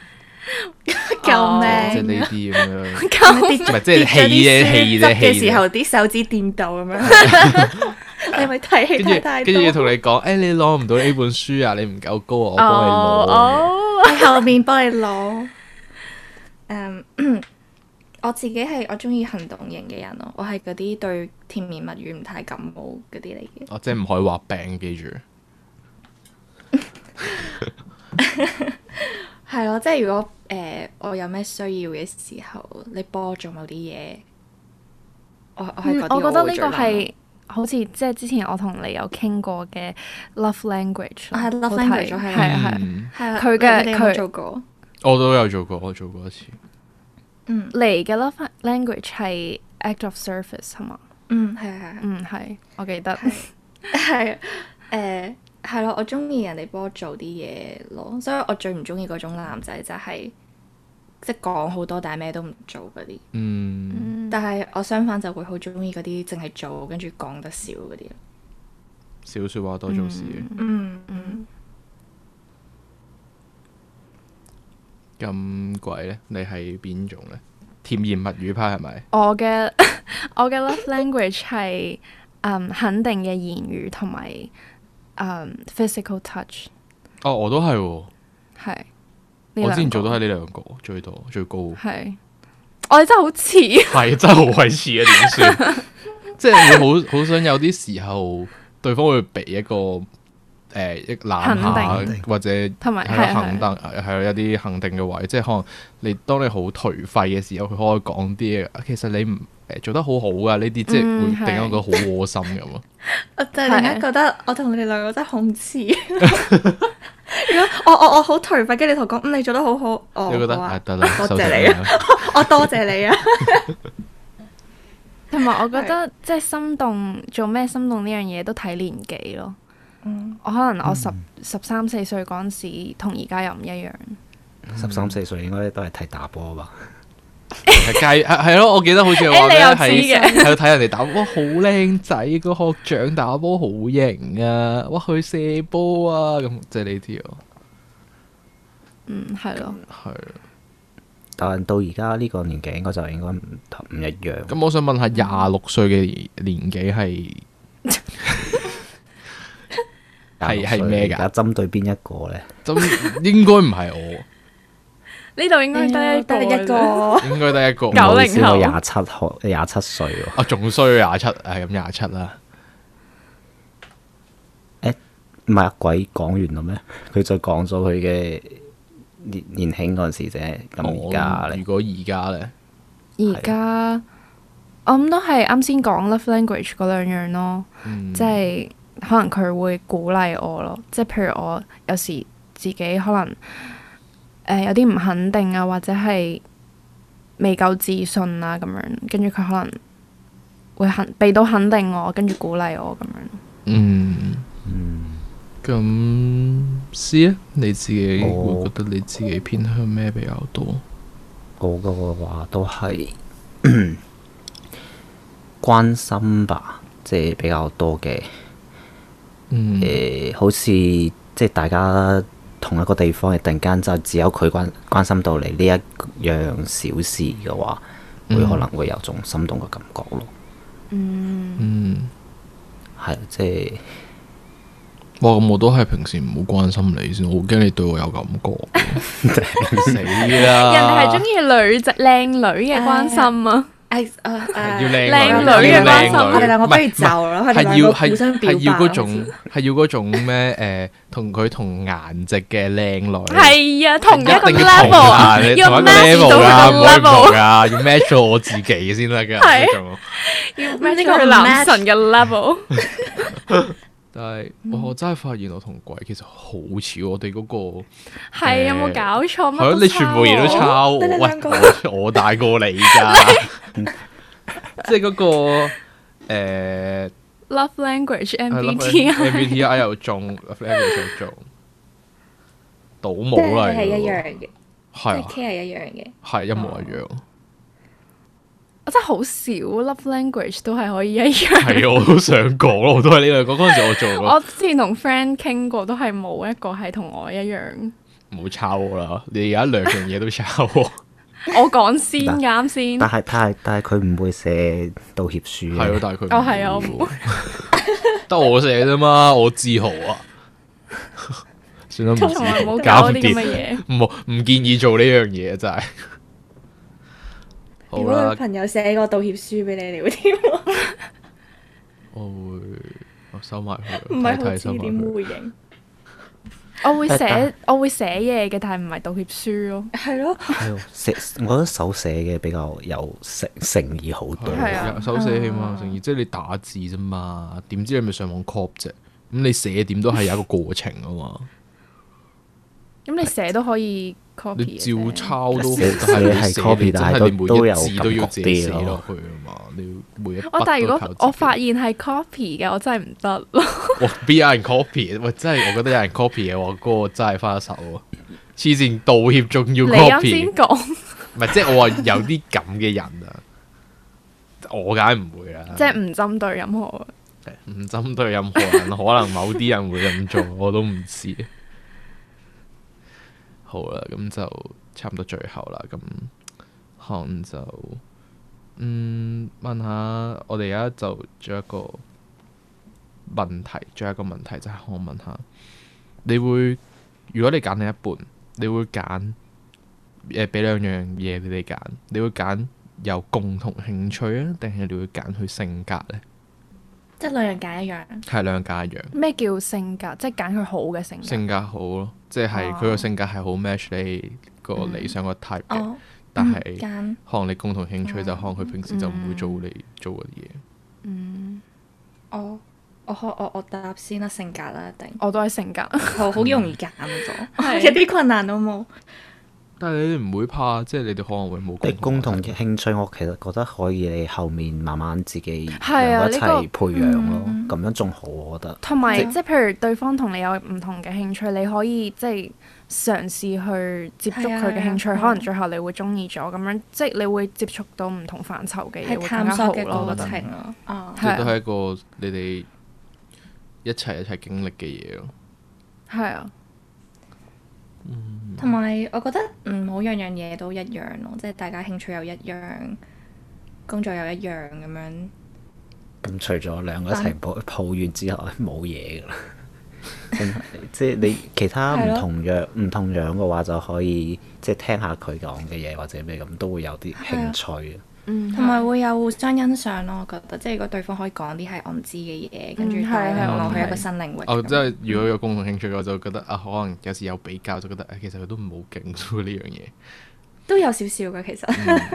Speaker 1: 即係
Speaker 4: 救命！
Speaker 1: 呢啲咁 樣。
Speaker 2: 咁
Speaker 4: 跌
Speaker 1: 唔係即係
Speaker 4: 咗
Speaker 1: 戲啫戲啫
Speaker 4: 嘅
Speaker 1: 戲啫
Speaker 4: 時候啲手指掂到咁樣， 你咪睇戲
Speaker 1: 跟
Speaker 4: 睇
Speaker 1: 住
Speaker 4: 太
Speaker 1: 跟住
Speaker 4: 多。
Speaker 1: 同你講，誒、你攞唔到呢本書啊，你唔夠高啊，我幫你攞。
Speaker 2: 哦
Speaker 4: 喺後面幫你 攞。誒、 我自己係我中意行動型嘅人咯，我係嗰啲對甜言蜜語唔太感冒嗰啲嚟嘅。
Speaker 1: 哦，即係唔可以話病，記住。
Speaker 4: 係咯，即係如果誒、我有咩需要嘅時候，你幫我做某啲嘢，我我係
Speaker 2: 嗯
Speaker 4: 嗰啲
Speaker 2: 我覺得呢
Speaker 4: 會
Speaker 2: 個
Speaker 4: 最啊諗
Speaker 2: 係好似即係之前我同你有傾過嘅 love language 啦。
Speaker 4: 啊，love
Speaker 2: 好睇
Speaker 4: language，我係
Speaker 2: 係啊係啊。
Speaker 1: 嗯
Speaker 4: 係啊，
Speaker 2: 佢嘅
Speaker 4: 你哋有冇
Speaker 2: 佢
Speaker 4: 做過，
Speaker 1: 我都有做過，我做過一次。
Speaker 4: 嗯
Speaker 2: 嚟嘅 love language 係 act of service 係嘛？
Speaker 4: 嗯係係係
Speaker 2: 嗯係，我記得。
Speaker 4: 係誒係咯，我中意人哋幫我做啲嘢咯，所以我最唔中意嗰種男仔就係即係講好多但係咩都唔做嗰啲，
Speaker 1: 嗯，
Speaker 2: 嗯
Speaker 4: 但係我相反就會好中意嗰啲淨係做跟住講得少嗰啲。
Speaker 1: 少説話多做事。
Speaker 4: 嗯嗯，
Speaker 1: 咁鬼咧，你係邊種咧？甜言蜜語派係咪？
Speaker 2: 我嘅 我嘅 love language 係嗯肯定嘅言語同埋嗯 physical touch
Speaker 1: 哦，我都係喎。
Speaker 2: 係。呢
Speaker 1: 我之前
Speaker 2: 兩
Speaker 1: 做
Speaker 2: 個
Speaker 1: 都係呢兩個最多最高。
Speaker 2: 係，我哋真係好似，
Speaker 1: 係真係好鬼似啊！點算？ 即係你好好想有啲時候，對方會俾一個誒、呃、一攬
Speaker 2: 肯
Speaker 1: 下
Speaker 3: 定
Speaker 1: 或者
Speaker 2: 同埋
Speaker 1: 係
Speaker 2: 係
Speaker 1: 啦
Speaker 2: 啊
Speaker 1: 肯定係啦有啲肯定嘅位，即係可能你當你好頹廢嘅時候，佢可以講啲嘢。其實你唔誒做得好好噶呢啲，即係
Speaker 2: 嗯
Speaker 1: 會突然間覺得好窩心咁啊咯。
Speaker 4: 我啊突然間覺得我同你哋兩個真係好唔 似。如果我我我好頹廢，跟住你同我講，嗯，你做得好好，我
Speaker 1: 你覺得
Speaker 4: 好
Speaker 1: 啊
Speaker 4: 啊，
Speaker 1: 得啦，
Speaker 4: 多
Speaker 1: 收
Speaker 4: 謝
Speaker 1: 聲
Speaker 4: 你啊
Speaker 1: 啦。
Speaker 4: 我多謝你啊。
Speaker 2: 同埋我覺得即係心動做咩心動呢樣嘢都睇年紀咯。我可能我十十三四歲嗰陣時，同而家又唔一樣。
Speaker 3: 十三四歲應該都係睇打波吧。
Speaker 1: 係介係係咯，我記得好似話咩
Speaker 2: 誒你又
Speaker 1: 喺
Speaker 2: 知嘅
Speaker 1: 喺度睇人哋打，哇好靚仔個學長打波好型啊，哇佢射波啊咁，即係呢啲咯，
Speaker 2: 嗯，係咯。
Speaker 1: 係
Speaker 3: 但到而家呢個年紀應該就應該唔同唔一樣。
Speaker 1: 咁我想問下，廿六歲嘅年紀係 係係咩㗎
Speaker 3: 而家針對邊一個咧？
Speaker 1: 真應該唔係我，
Speaker 2: 呢度應該得一
Speaker 4: 得一
Speaker 2: 個啫。
Speaker 4: 個。
Speaker 1: 應該得 一個。
Speaker 2: 九
Speaker 3: 我
Speaker 2: 零
Speaker 3: 先我
Speaker 2: 後
Speaker 3: 廿七學廿七歲喎。
Speaker 1: 啊，仲衰廿七，係咁廿七啦。
Speaker 3: 唔係鬼講完啦咩？佢就講咗佢嘅年年輕嗰陣時啫，咁而
Speaker 2: 哦
Speaker 3: 家
Speaker 1: 我
Speaker 3: 咧
Speaker 1: 如果而家咧，
Speaker 2: 而家我諗都係啱先講 love language 嗰兩樣咯，
Speaker 1: 嗯
Speaker 2: 即係可能佢會鼓勵我咯，即係譬如我有時自己可能誒、呃有啲唔肯定啊，或者係未夠自信啊咁樣，跟住佢可能會肯俾到肯定我，跟住鼓勵我咁樣。
Speaker 1: 嗯咁知啊，你自己會
Speaker 3: 我
Speaker 1: 覺得你自己偏向咩比較多？
Speaker 3: 我嗰個話都係 關心吧，即係比較多嘅。
Speaker 1: 嗯
Speaker 3: 誒、好似即係大家同一個地方，突然間就只有佢關關心到你呢一樣小事嘅話，會
Speaker 1: 嗯
Speaker 3: 可能會有種心動嘅感覺咯。
Speaker 1: 嗯，
Speaker 3: 係即係。
Speaker 1: 哇！咁我都係平時唔好關心你先，我好驚你對我有感覺。死
Speaker 4: 啊
Speaker 1: 啦！
Speaker 2: 人哋係中意女仔靚女嘅關心啊，
Speaker 4: 誒誒
Speaker 1: 要
Speaker 4: 誒，
Speaker 1: 靚
Speaker 2: 靚
Speaker 1: 女
Speaker 2: 女嘅
Speaker 1: 要靚
Speaker 2: 關心
Speaker 1: 女
Speaker 4: 我哋兩個不如
Speaker 1: 唔係
Speaker 4: 就啊啦，我哋
Speaker 1: 係
Speaker 4: 兩
Speaker 1: 要
Speaker 4: 個互相
Speaker 1: 係
Speaker 4: 表白
Speaker 1: 係要嗰種
Speaker 4: 好似
Speaker 1: 係要嗰種咩誒，同佢同顏值嘅靚女
Speaker 2: 係啊，同一個
Speaker 1: 定要同
Speaker 2: level 啊
Speaker 1: 啊你
Speaker 2: 要
Speaker 1: 同一個
Speaker 2: match 到
Speaker 1: level 啊啦，唔可以唔同。噶，
Speaker 2: 佢個 level
Speaker 1: 要 match 到我自己先得噶。
Speaker 2: 係
Speaker 1: 呢種
Speaker 2: 要
Speaker 1: 啊
Speaker 4: 呢
Speaker 2: match
Speaker 4: 個
Speaker 2: 佢
Speaker 4: 唔
Speaker 2: 男
Speaker 4: match
Speaker 2: 神嘅 level。
Speaker 1: 但係哇
Speaker 4: 嗯
Speaker 1: 我真係發現我同鬼其實好似我哋嗰個
Speaker 2: 係啊有冇搞
Speaker 1: 係
Speaker 2: 錯？乜
Speaker 1: 咯，
Speaker 2: 都啊
Speaker 1: 你全部嘢都
Speaker 2: 我
Speaker 1: 抄我，
Speaker 4: 你哋
Speaker 1: 喂
Speaker 4: 兩個
Speaker 1: 我我大過你㗎， 即係嗰個誒
Speaker 2: Love language
Speaker 1: 係咯
Speaker 2: MBTI
Speaker 1: MBTI 又中，Flavor 又中，倒模
Speaker 4: 係
Speaker 1: 嚟㗎
Speaker 4: 係一樣
Speaker 1: 喎，
Speaker 4: 嘅，即
Speaker 1: 係
Speaker 4: 係哦
Speaker 1: 啊
Speaker 4: care 係一樣嘅。
Speaker 1: 係一模一樣，
Speaker 2: 我真係好少 love language 都係可以一 樣。
Speaker 1: 係啊我都想講咯，我都係呢兩個嗰陣時我 做過，
Speaker 2: 我之前同 friend 傾過，都係冇一個係同我一樣。
Speaker 1: 唔好抄我啦，你而家兩樣嘢都抄我，
Speaker 2: 我講先㗎，啱先。
Speaker 3: 但係但係但係佢唔會寫道歉書
Speaker 1: 係咯，
Speaker 3: 嘅，
Speaker 1: 但係佢唔
Speaker 2: 哦，係啊，我
Speaker 1: 會
Speaker 2: 冇。
Speaker 1: 得我寫啫嘛，我自豪啊！ 算啦，唔自
Speaker 2: 從來
Speaker 1: 豪，
Speaker 2: 冇搞
Speaker 1: 唔
Speaker 2: 啲
Speaker 1: 掂，
Speaker 2: 咁嘅嘢。
Speaker 1: 唔好唔建議做呢樣嘢啊真係。好
Speaker 4: 如果
Speaker 1: 啦
Speaker 4: 女，朋友寫個道歉書俾你，你會點？
Speaker 1: 我會我收埋佢，
Speaker 4: 唔
Speaker 1: 睇
Speaker 4: 係好
Speaker 1: 睇收
Speaker 4: 知
Speaker 1: 埋
Speaker 4: 點
Speaker 1: 佢。
Speaker 4: 回應。
Speaker 2: 我會寫
Speaker 3: 但
Speaker 2: 我會寫嘢嘅，但係唔係道歉書咯。
Speaker 4: 係咯，
Speaker 3: 係喎寫我覺得手寫嘅比較有誠誠意好多。
Speaker 2: 係啊
Speaker 1: 手寫起碼成意，即係你打字啫嘛，點知你咪上網 copy 啫？咁你寫點都係有一個過程啊嘛，
Speaker 2: 咁你寫都可以
Speaker 1: 你
Speaker 2: copy 嘅
Speaker 1: 照
Speaker 2: 啫
Speaker 1: 抄都好，
Speaker 3: 寫
Speaker 1: 但係你
Speaker 3: 寫係
Speaker 1: 寫
Speaker 3: copy，
Speaker 1: 你真
Speaker 3: 但係
Speaker 1: 係
Speaker 3: 都
Speaker 1: 你每
Speaker 3: 都
Speaker 1: 一
Speaker 3: 有
Speaker 1: 字都要
Speaker 3: 感
Speaker 1: 自
Speaker 3: 覺
Speaker 1: 己
Speaker 3: 啲
Speaker 1: 寫
Speaker 3: 咯
Speaker 1: 落去啊嘛，你每一筆
Speaker 2: 哦我但係如
Speaker 1: 都靠
Speaker 2: 果
Speaker 1: 自
Speaker 2: 我
Speaker 1: 己
Speaker 2: 發現係 copy 嘅，我真係唔得咯。
Speaker 1: 哇！邊有人 copy？喂，真係我覺得有人 copy 嘅話，嗰個真係花手啊！黐線道歉仲要
Speaker 2: 你啱先
Speaker 1: copy，
Speaker 2: 講，
Speaker 1: 唔係即係我話有啲咁嘅人啊，我梗係唔會啦，
Speaker 2: 即係唔針對任何。
Speaker 1: 唔針對任何人，可能某啲人會咁做，我都唔知。好啦，咁就差唔多最後啦，咁可能就嗯問下我哋而家就做一個問題，最後一個問題就係我問下，你會如果你揀你一半，你會揀誒俾兩樣嘢你哋揀，你會揀有共同興趣啊，定係你會揀佢性格呢？
Speaker 4: 即係兩樣揀一樣。
Speaker 1: 係兩家一樣，
Speaker 2: 咩叫性格？即係揀佢好嘅性格。
Speaker 1: 性格好咯，即係
Speaker 4: 哦
Speaker 1: 佢個性格係好 match 你個理想個 type 嘅，
Speaker 4: 嗯哦，
Speaker 1: 但
Speaker 4: 嗯
Speaker 1: 係
Speaker 4: 揀
Speaker 1: 可能你共同興趣就可能佢平時就唔會做你做嗰啲嘢。
Speaker 4: 我哦我可我我答先啦，性格 啦，一定
Speaker 2: 我都係性格。
Speaker 4: 好好容易揀咗，
Speaker 2: 係
Speaker 4: 一啲困難都冇。
Speaker 1: 但係你哋唔會怕，即係你哋可能會冇
Speaker 3: 你共同
Speaker 1: 話題
Speaker 3: 嘅興趣，我其實覺得可以，你後面慢慢自己
Speaker 2: 係啊
Speaker 3: 兩個一
Speaker 2: 呢
Speaker 3: 齊培養咯，咁樣仲好，我覺得。
Speaker 2: 同埋
Speaker 4: 即
Speaker 2: 即係譬如對方同你有唔同嘅興趣，你可以即係嘗試去接觸佢嘅興趣，
Speaker 4: 係啊係啊
Speaker 2: 可能最後你會中意咗咁樣，即係你會接觸到唔同範疇嘅嘢，
Speaker 4: 係
Speaker 2: 會
Speaker 4: 探
Speaker 2: 更加
Speaker 4: 索
Speaker 2: 好
Speaker 4: 嘅
Speaker 2: 咯。我
Speaker 4: 過
Speaker 2: 覺得
Speaker 4: 程咯。啊，
Speaker 1: 即係都
Speaker 2: 係啊
Speaker 1: 係一個你哋一齊一齊經歷嘅嘢咯。
Speaker 2: 係啊，
Speaker 4: 同埋我覺得唔好樣樣嘢都一樣咯，即係大家興趣又一樣，工作又一樣咁樣。
Speaker 2: 嗯
Speaker 3: 咁除咗兩個一齊抱抱怨之外，冇嘢噶啦。真係即係你其他
Speaker 4: 係
Speaker 3: 唔
Speaker 4: 咯
Speaker 3: 同樣唔同樣嘅話，就可以即係聽下佢講嘅嘢或者咩咁，都會有啲興趣。啊
Speaker 2: 嗯，
Speaker 4: 同埋會有互相欣賞咯，我覺得即係如果對方可以講啲係我唔知嘅嘢，跟住
Speaker 2: 嗯
Speaker 4: 帶
Speaker 2: 係
Speaker 1: 係
Speaker 4: 我去
Speaker 1: 係
Speaker 4: 一個新領域咁樣。
Speaker 1: 我哦真係如果有共同興趣，我就覺得啊，可能有時有比較就覺得，誒、哎其實佢都唔好勁喎呢樣嘢。
Speaker 4: 都有少少嘅其實。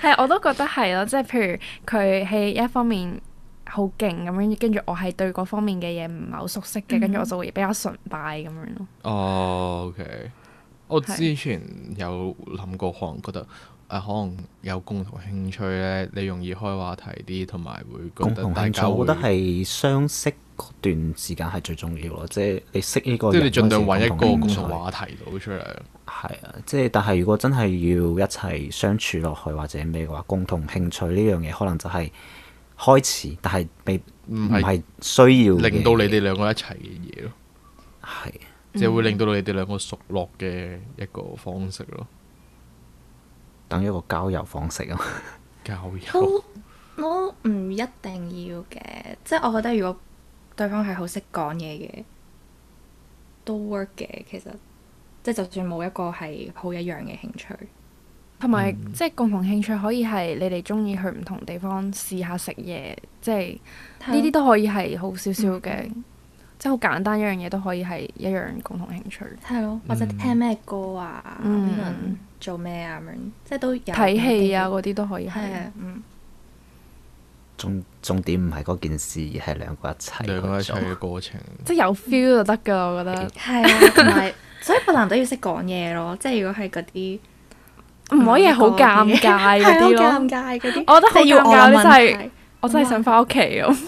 Speaker 2: 係我都覺得係咯，即係譬如佢喺一方面好勁咁樣，跟住我係對嗰方面嘅嘢唔係好熟悉
Speaker 4: 嗯
Speaker 2: 嘅，跟住我就會比較崇拜咁樣咯。
Speaker 1: 哦，OK。我
Speaker 2: 係
Speaker 1: 之前有諗過，可能覺得誒、可能有共同興趣咧，你容易開話題啲，同埋會覺
Speaker 3: 共
Speaker 1: 得
Speaker 3: 同
Speaker 1: 大
Speaker 3: 興
Speaker 1: 家
Speaker 3: 趣，我
Speaker 1: 會
Speaker 3: 覺得係相識嗰段時間係最重要咯。即係你識呢個
Speaker 1: 即係你
Speaker 3: 人
Speaker 1: 盡量
Speaker 3: 嗰時
Speaker 1: 揾一個共
Speaker 3: 興
Speaker 1: 同
Speaker 3: 趣
Speaker 1: 話題到出嚟。
Speaker 3: 係啊，即係但係如果真係要一齊相處落去或者咩嘅話，共同興趣呢樣嘢可能就係開始，但係未
Speaker 1: 唔
Speaker 3: 唔
Speaker 1: 係
Speaker 3: 係需要嘅
Speaker 1: 令到你哋兩個一齊嘅嘢咯，
Speaker 3: 係
Speaker 1: 即係會令到你哋兩個熟絡嘅一個方式咯。
Speaker 3: 嗯等一個交友方式啊嘛。
Speaker 1: 交友
Speaker 4: 都我唔一定要嘅，即係我覺得如果對方係好識講嘢嘅，都 work 嘅。其實即係就算冇一個係好一樣嘅興趣，
Speaker 2: 同埋、
Speaker 4: 嗯
Speaker 2: 即係共同興趣可以係你哋中意去唔同地方試下食嘢，即係呢啲都可以係好少少嘅，
Speaker 4: 嗯
Speaker 2: 即係好簡單一樣嘢都可以係一樣共同興趣。
Speaker 4: 係咯，或者聽咩歌啊，
Speaker 2: 嗯
Speaker 4: 邊個人做咩啊咁樣，即係都有
Speaker 2: 睇戲啊，嗰啲都可以
Speaker 4: 係
Speaker 2: 係
Speaker 4: 啊，。嗯，
Speaker 3: 重重點唔係嗰件事，而係兩個一齊
Speaker 1: 兩個一
Speaker 3: 去做
Speaker 1: 齊嘅過程，
Speaker 2: 即係有 feel 就得㗎，我覺得
Speaker 4: 係啊，同埋所以個男仔要識講嘢咯，即係如果係嗰啲
Speaker 2: 唔可以係好尷尬嗰啲
Speaker 4: 係好尷
Speaker 2: 咯。
Speaker 4: 尬嗰啲，
Speaker 2: 我覺得好
Speaker 4: 即係要
Speaker 2: 尷尬
Speaker 4: 有
Speaker 2: 呢真係
Speaker 4: 問題
Speaker 2: 我真係想翻屋企咁。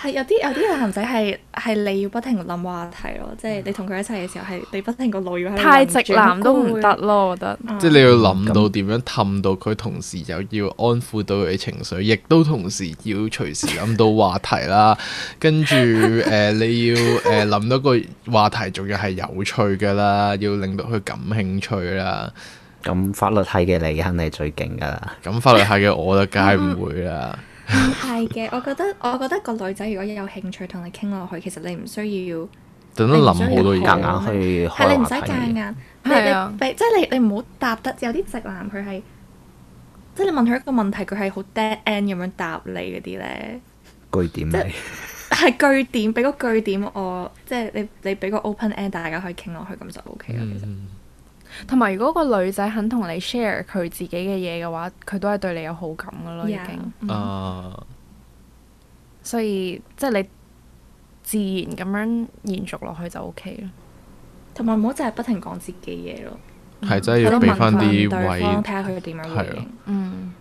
Speaker 4: 係有啲有啲男仔係係你要不停諗話題咯，即係你同佢一齊嘅時候係你不停個腦要喺度
Speaker 2: 嗯太
Speaker 4: 諗
Speaker 2: 直男都唔得
Speaker 4: 轉
Speaker 2: 咯，我覺得。
Speaker 4: 嗯
Speaker 1: 即係你要諗到點樣氹到佢，同時又要安撫到佢嘅情緒，亦都同時要隨時諗到話題啦。 跟住誒、呃你要誒諗、到個話題，仲要係有趣嘅啦，要令到佢感興趣啦。
Speaker 3: 咁法律系嘅你肯定係最勁㗎啦。
Speaker 1: 咁法律系嘅我就梗係唔會啦。
Speaker 4: 唔係嘅，我覺得我覺得個女仔如果有興趣同你傾落去，其實你唔需要
Speaker 1: 等
Speaker 4: 嗯
Speaker 1: 都諗好多嘢。
Speaker 3: 夾硬去
Speaker 4: 係
Speaker 3: 開
Speaker 4: 你唔使
Speaker 3: 話題
Speaker 4: 夾
Speaker 3: 嘅，
Speaker 4: 硬，你
Speaker 2: 係啊
Speaker 4: 你即係你你唔好答得有啲直男佢係，即係你問佢一個問題，佢係好 dead end 咁樣答你嗰啲咧。
Speaker 3: 據點嚟。
Speaker 4: 係句點，俾個句點我，即係你你俾個 open end，大家可以傾落去咁就 O K 啦。其實
Speaker 1: 嗯
Speaker 2: 同埋如果個女仔肯同你 share 佢自己嘅嘢嘅話，佢都係對你有好感噶咯，已
Speaker 4: Yeah，
Speaker 2: 經。
Speaker 4: 嗯
Speaker 1: 啊，
Speaker 2: 所以即係你自然咁樣延續落去就 OK 啦。
Speaker 4: 同埋唔好淨係不停講自己嘢咯，
Speaker 1: 係真係要
Speaker 4: 都
Speaker 1: 俾
Speaker 4: 問
Speaker 1: 翻啲
Speaker 4: 對
Speaker 1: 位
Speaker 4: 方睇。下佢點樣
Speaker 1: 係
Speaker 4: 回
Speaker 1: 啊
Speaker 4: 應。
Speaker 2: 嗯，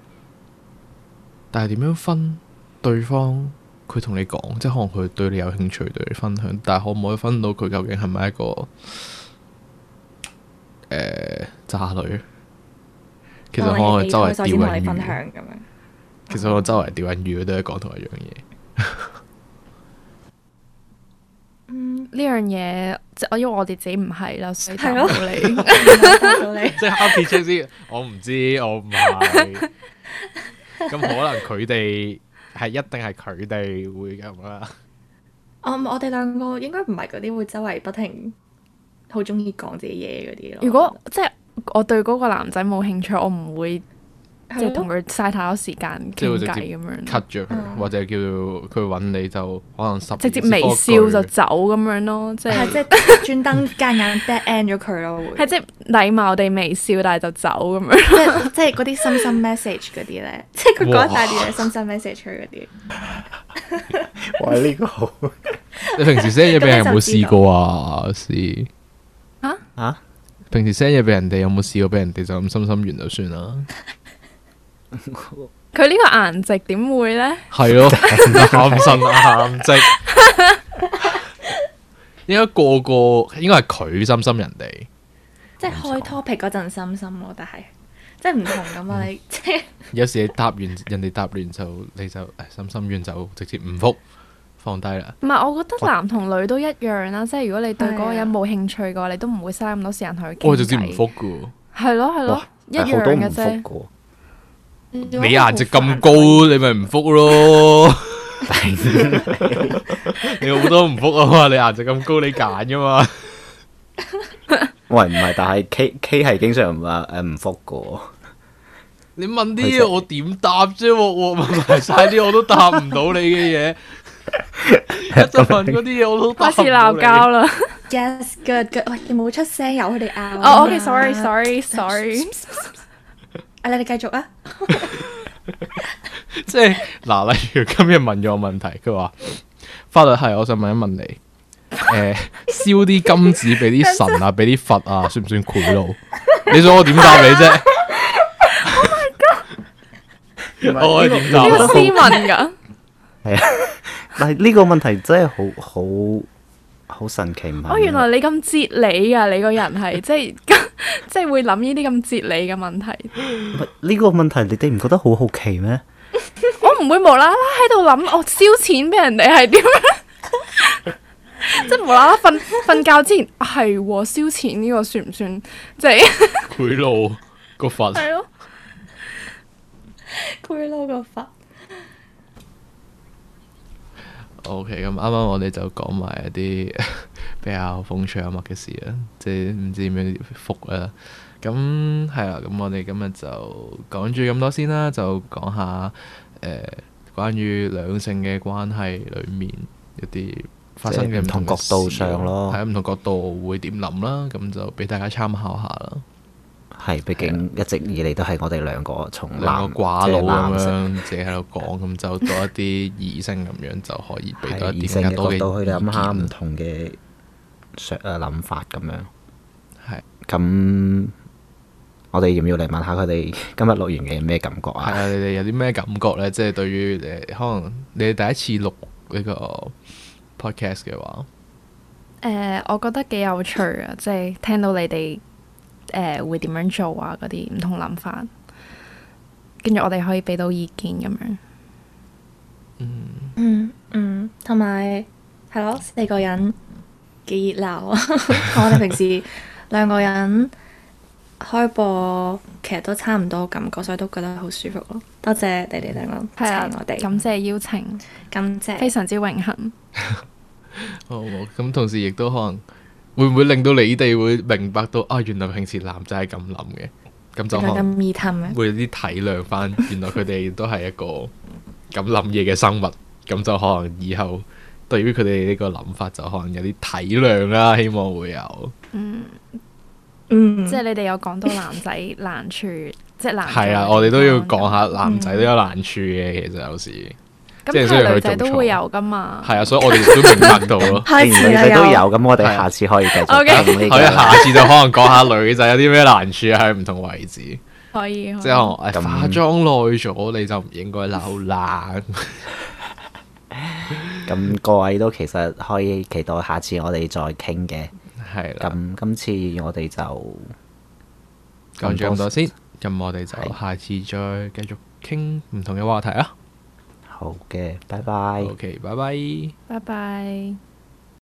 Speaker 1: 但係點樣分對方佢同你講，即係可能佢對你有興趣，對你分享，但係可唔可以分到佢究竟係咪一個誒、呃渣女？其實可能佢周圍釣
Speaker 4: 所以先哦同你
Speaker 1: 緊
Speaker 4: 分享哦
Speaker 1: 魚，
Speaker 4: 咁樣。
Speaker 1: 其實我周圍釣緊魚都係講同一樣嘢。
Speaker 4: 嗯，
Speaker 2: 呢樣嘢即係因為我哋自己唔係啦，所以答
Speaker 4: 係
Speaker 2: 唔
Speaker 4: 咯
Speaker 2: 到你。
Speaker 4: 答 到你。
Speaker 1: 即係 Happy c h a s 我唔知，我唔係。咁可能佢哋係一定係佢哋會咁啦。
Speaker 4: 我嗯我哋兩個應該唔係嗰啲會周圍不停好中意講自己嘢嗰啲咯。
Speaker 2: 如果即係我對嗰個男仔冇興趣，我唔會即係
Speaker 4: 係
Speaker 2: 同
Speaker 4: 咯
Speaker 2: 佢嘥太多時間
Speaker 1: 即係
Speaker 2: 傾
Speaker 1: 會直
Speaker 2: 偈
Speaker 1: 接
Speaker 2: 咁樣
Speaker 1: cut 咗佢，
Speaker 4: 嗯
Speaker 1: 或者叫佢揾你就可能十
Speaker 2: 直接
Speaker 1: 年
Speaker 2: 微
Speaker 1: 先多句
Speaker 2: 笑就走咁樣咯，即係
Speaker 4: 係即 係專登夾硬 dead end 咗佢咯，會
Speaker 2: 係即係禮貌地微笑，但係就走咁樣。
Speaker 4: 即係即係嗰啲深深 message 嗰啲咧， 即係佢講一大段嘢深深 message 佢嗰啲。
Speaker 3: 哇！呢個好
Speaker 1: 你平時 send 嘢俾人有冇
Speaker 4: 咁你就知
Speaker 1: 試
Speaker 4: 道
Speaker 1: 過啊？試
Speaker 3: 啊，
Speaker 1: 平時 send 嘢俾人哋有冇試過俾人哋就咁心心完就算啦？
Speaker 2: 佢呢個顏值點會呢？
Speaker 1: 係咯，鹹神鹹積，應該個個應該係佢心心人哋，
Speaker 4: 即係開 topic 嗰陣心心咯，但係即係唔同咁 嘛，你即係
Speaker 1: 有時你答完人哋答完就你就唉心心完就直接唔覆，放低啦。
Speaker 2: 唔係，我覺得男同女都一樣啦，即係如果你對嗰個人
Speaker 4: 係啊
Speaker 2: 冇興趣嘅話，你都唔會嘥咁多時間同佢傾偈。
Speaker 1: 我直接唔復噶喎。
Speaker 2: 係咯係咯
Speaker 3: 哇，
Speaker 2: 一
Speaker 3: 但
Speaker 2: 樣
Speaker 3: 係好多唔
Speaker 2: 嘅
Speaker 3: 復
Speaker 2: 啫。
Speaker 3: 嘅喎
Speaker 1: 你顏值咁高，你咪唔復咯。你好多唔復啊嘛，你顏值咁高，你揀噶嘛。
Speaker 3: 喂，唔係，但係 K K 係經常話誒唔復嘅喎。
Speaker 1: 你問啲嘢我點答啫？我我問埋晒啲我都答唔到你嘅嘢。一陣問嗰啲嘢我都答
Speaker 2: 開
Speaker 1: 唔到
Speaker 2: 始
Speaker 1: 你
Speaker 2: 鬧交啦！
Speaker 4: Yes, good, good。喂，你冇出聲，由佢哋拗。
Speaker 2: 哦，OK，sorry，sorry，sorry。
Speaker 4: 啊，你哋繼續啊。
Speaker 1: 即係嗱，例如今日問咗我問題，佢話法律係，我想問一問你，誒燒啲金紙俾啲神啊，俾啲佛啊，算唔算賄賂？你想我點答你 啫？
Speaker 2: Oh
Speaker 1: 我可以點答
Speaker 2: 呢個
Speaker 1: 啊？
Speaker 2: 斯文 㗎，
Speaker 3: 係啊， 但係呢個問題真係好好好神奇，唔係咩？
Speaker 2: 哦，原來你咁哲理㗎，你個人係即係 即係會諗呢啲咁哲理嘅問題。
Speaker 3: 唔係呢個問題，你哋唔覺得好好奇咩？
Speaker 2: 我唔會無啦啦喺度諗，我哦燒錢俾人哋係點樣即係無啦啦瞓瞓覺之前啊係喎，燒錢呢個算唔算即係？
Speaker 1: 賄賂個佛，
Speaker 2: 係咯，
Speaker 4: 佢撈個法。
Speaker 1: OK，咁啱啱我哋就講埋一啲 比較風趣幽默嘅事啦，即係唔知點樣復啦。咁係啦，咁我哋今日就講住咁多先啦，就講下誒、呃、關於兩性嘅關係裡面一啲發生嘅
Speaker 3: 即係唔
Speaker 1: 嘅
Speaker 3: 同角度
Speaker 1: 事
Speaker 3: 上咯
Speaker 1: 係啊唔同角度會點諗啦，咁就俾大家參考下啦。
Speaker 3: 係，啊畢竟一直以嚟都係我哋兩個從
Speaker 1: 兩
Speaker 3: 嗯男
Speaker 1: 個寡
Speaker 3: 即係
Speaker 1: 佬啊咁
Speaker 3: 男性
Speaker 1: 樣自己喺度講，咁就多一啲異性咁樣就可以俾多
Speaker 3: 係
Speaker 1: 一
Speaker 3: 異
Speaker 1: 啲
Speaker 3: 性
Speaker 1: 更加
Speaker 3: 嘅
Speaker 1: 多嘅
Speaker 3: 角度去諗下
Speaker 1: 意見
Speaker 3: 唔同嘅想誒諗法咁樣。
Speaker 1: 係。
Speaker 3: 咁我哋要唔要嚟問下佢哋今日錄完嘅咩感覺
Speaker 1: 係
Speaker 3: 啊？
Speaker 1: 啊，你哋有啲咩感覺咧？即係對於誒、可能你哋第一次錄呢個 podcast 嘅話，
Speaker 2: 誒，我覺得幾有趣啊！即係聽到你哋誒會點樣做啊，嗰啲唔同諗法，跟住我哋可以俾到意見咁樣。
Speaker 4: 嗯嗯，同埋係咯，四個人幾熱鬧啊！ 我哋平時兩個人開播，其實都差唔多感覺，所以都覺得好舒服咯。多謝你哋兩個請啊我哋，
Speaker 2: 感謝邀請，
Speaker 4: 感謝
Speaker 2: 啊非常之榮幸。
Speaker 1: 好冇咁，同時亦都可能會唔會令到你哋會明白到啊，原來平時男仔係咁諗嘅，咁就可
Speaker 4: 兩個
Speaker 1: 能
Speaker 4: 咁易氹啊！
Speaker 1: 會有啲體諒翻，原來佢哋都係一個咁諗嘢嘅生物，咁就可能以後對於佢哋呢個諗法就可能有啲體諒啦，希望會有。
Speaker 4: 嗯，
Speaker 2: 即係你哋有講到男仔難處，即係男
Speaker 1: 係啊，我哋都要講
Speaker 2: 下。
Speaker 1: 下男仔都有難處嘅，其實有時
Speaker 2: 咁
Speaker 1: 即係
Speaker 2: 但
Speaker 1: 雖然
Speaker 2: 係
Speaker 1: 佢
Speaker 2: 女仔
Speaker 1: 做
Speaker 2: 都
Speaker 1: 錯
Speaker 2: 會有噶嘛。
Speaker 1: 係啊，所以我哋都明白到咯。
Speaker 4: 開
Speaker 3: 既
Speaker 4: 始
Speaker 3: 然
Speaker 4: 啦
Speaker 3: 女仔都有，
Speaker 4: 又
Speaker 3: 咁我哋
Speaker 1: 係啊
Speaker 3: 下次可以繼續
Speaker 2: OK
Speaker 3: 講呢
Speaker 1: 好，
Speaker 3: 個。
Speaker 1: 啊下次就可能講下女仔有啲咩難處喺唔同位置，即
Speaker 2: 可以。
Speaker 1: 係可能哎
Speaker 3: 咁
Speaker 1: 化妝耐咗你就唔應該嬲啦。
Speaker 3: 咁各位都其實可以期待下次我哋再傾嘅。
Speaker 1: 係啦，
Speaker 3: 咁今次我哋就
Speaker 1: 講咗咁多先，咁我哋就
Speaker 3: 係
Speaker 1: 下次再繼續傾唔同嘅話題啦。
Speaker 3: 好嘅，拜拜。
Speaker 1: OK，拜拜。
Speaker 2: 拜拜。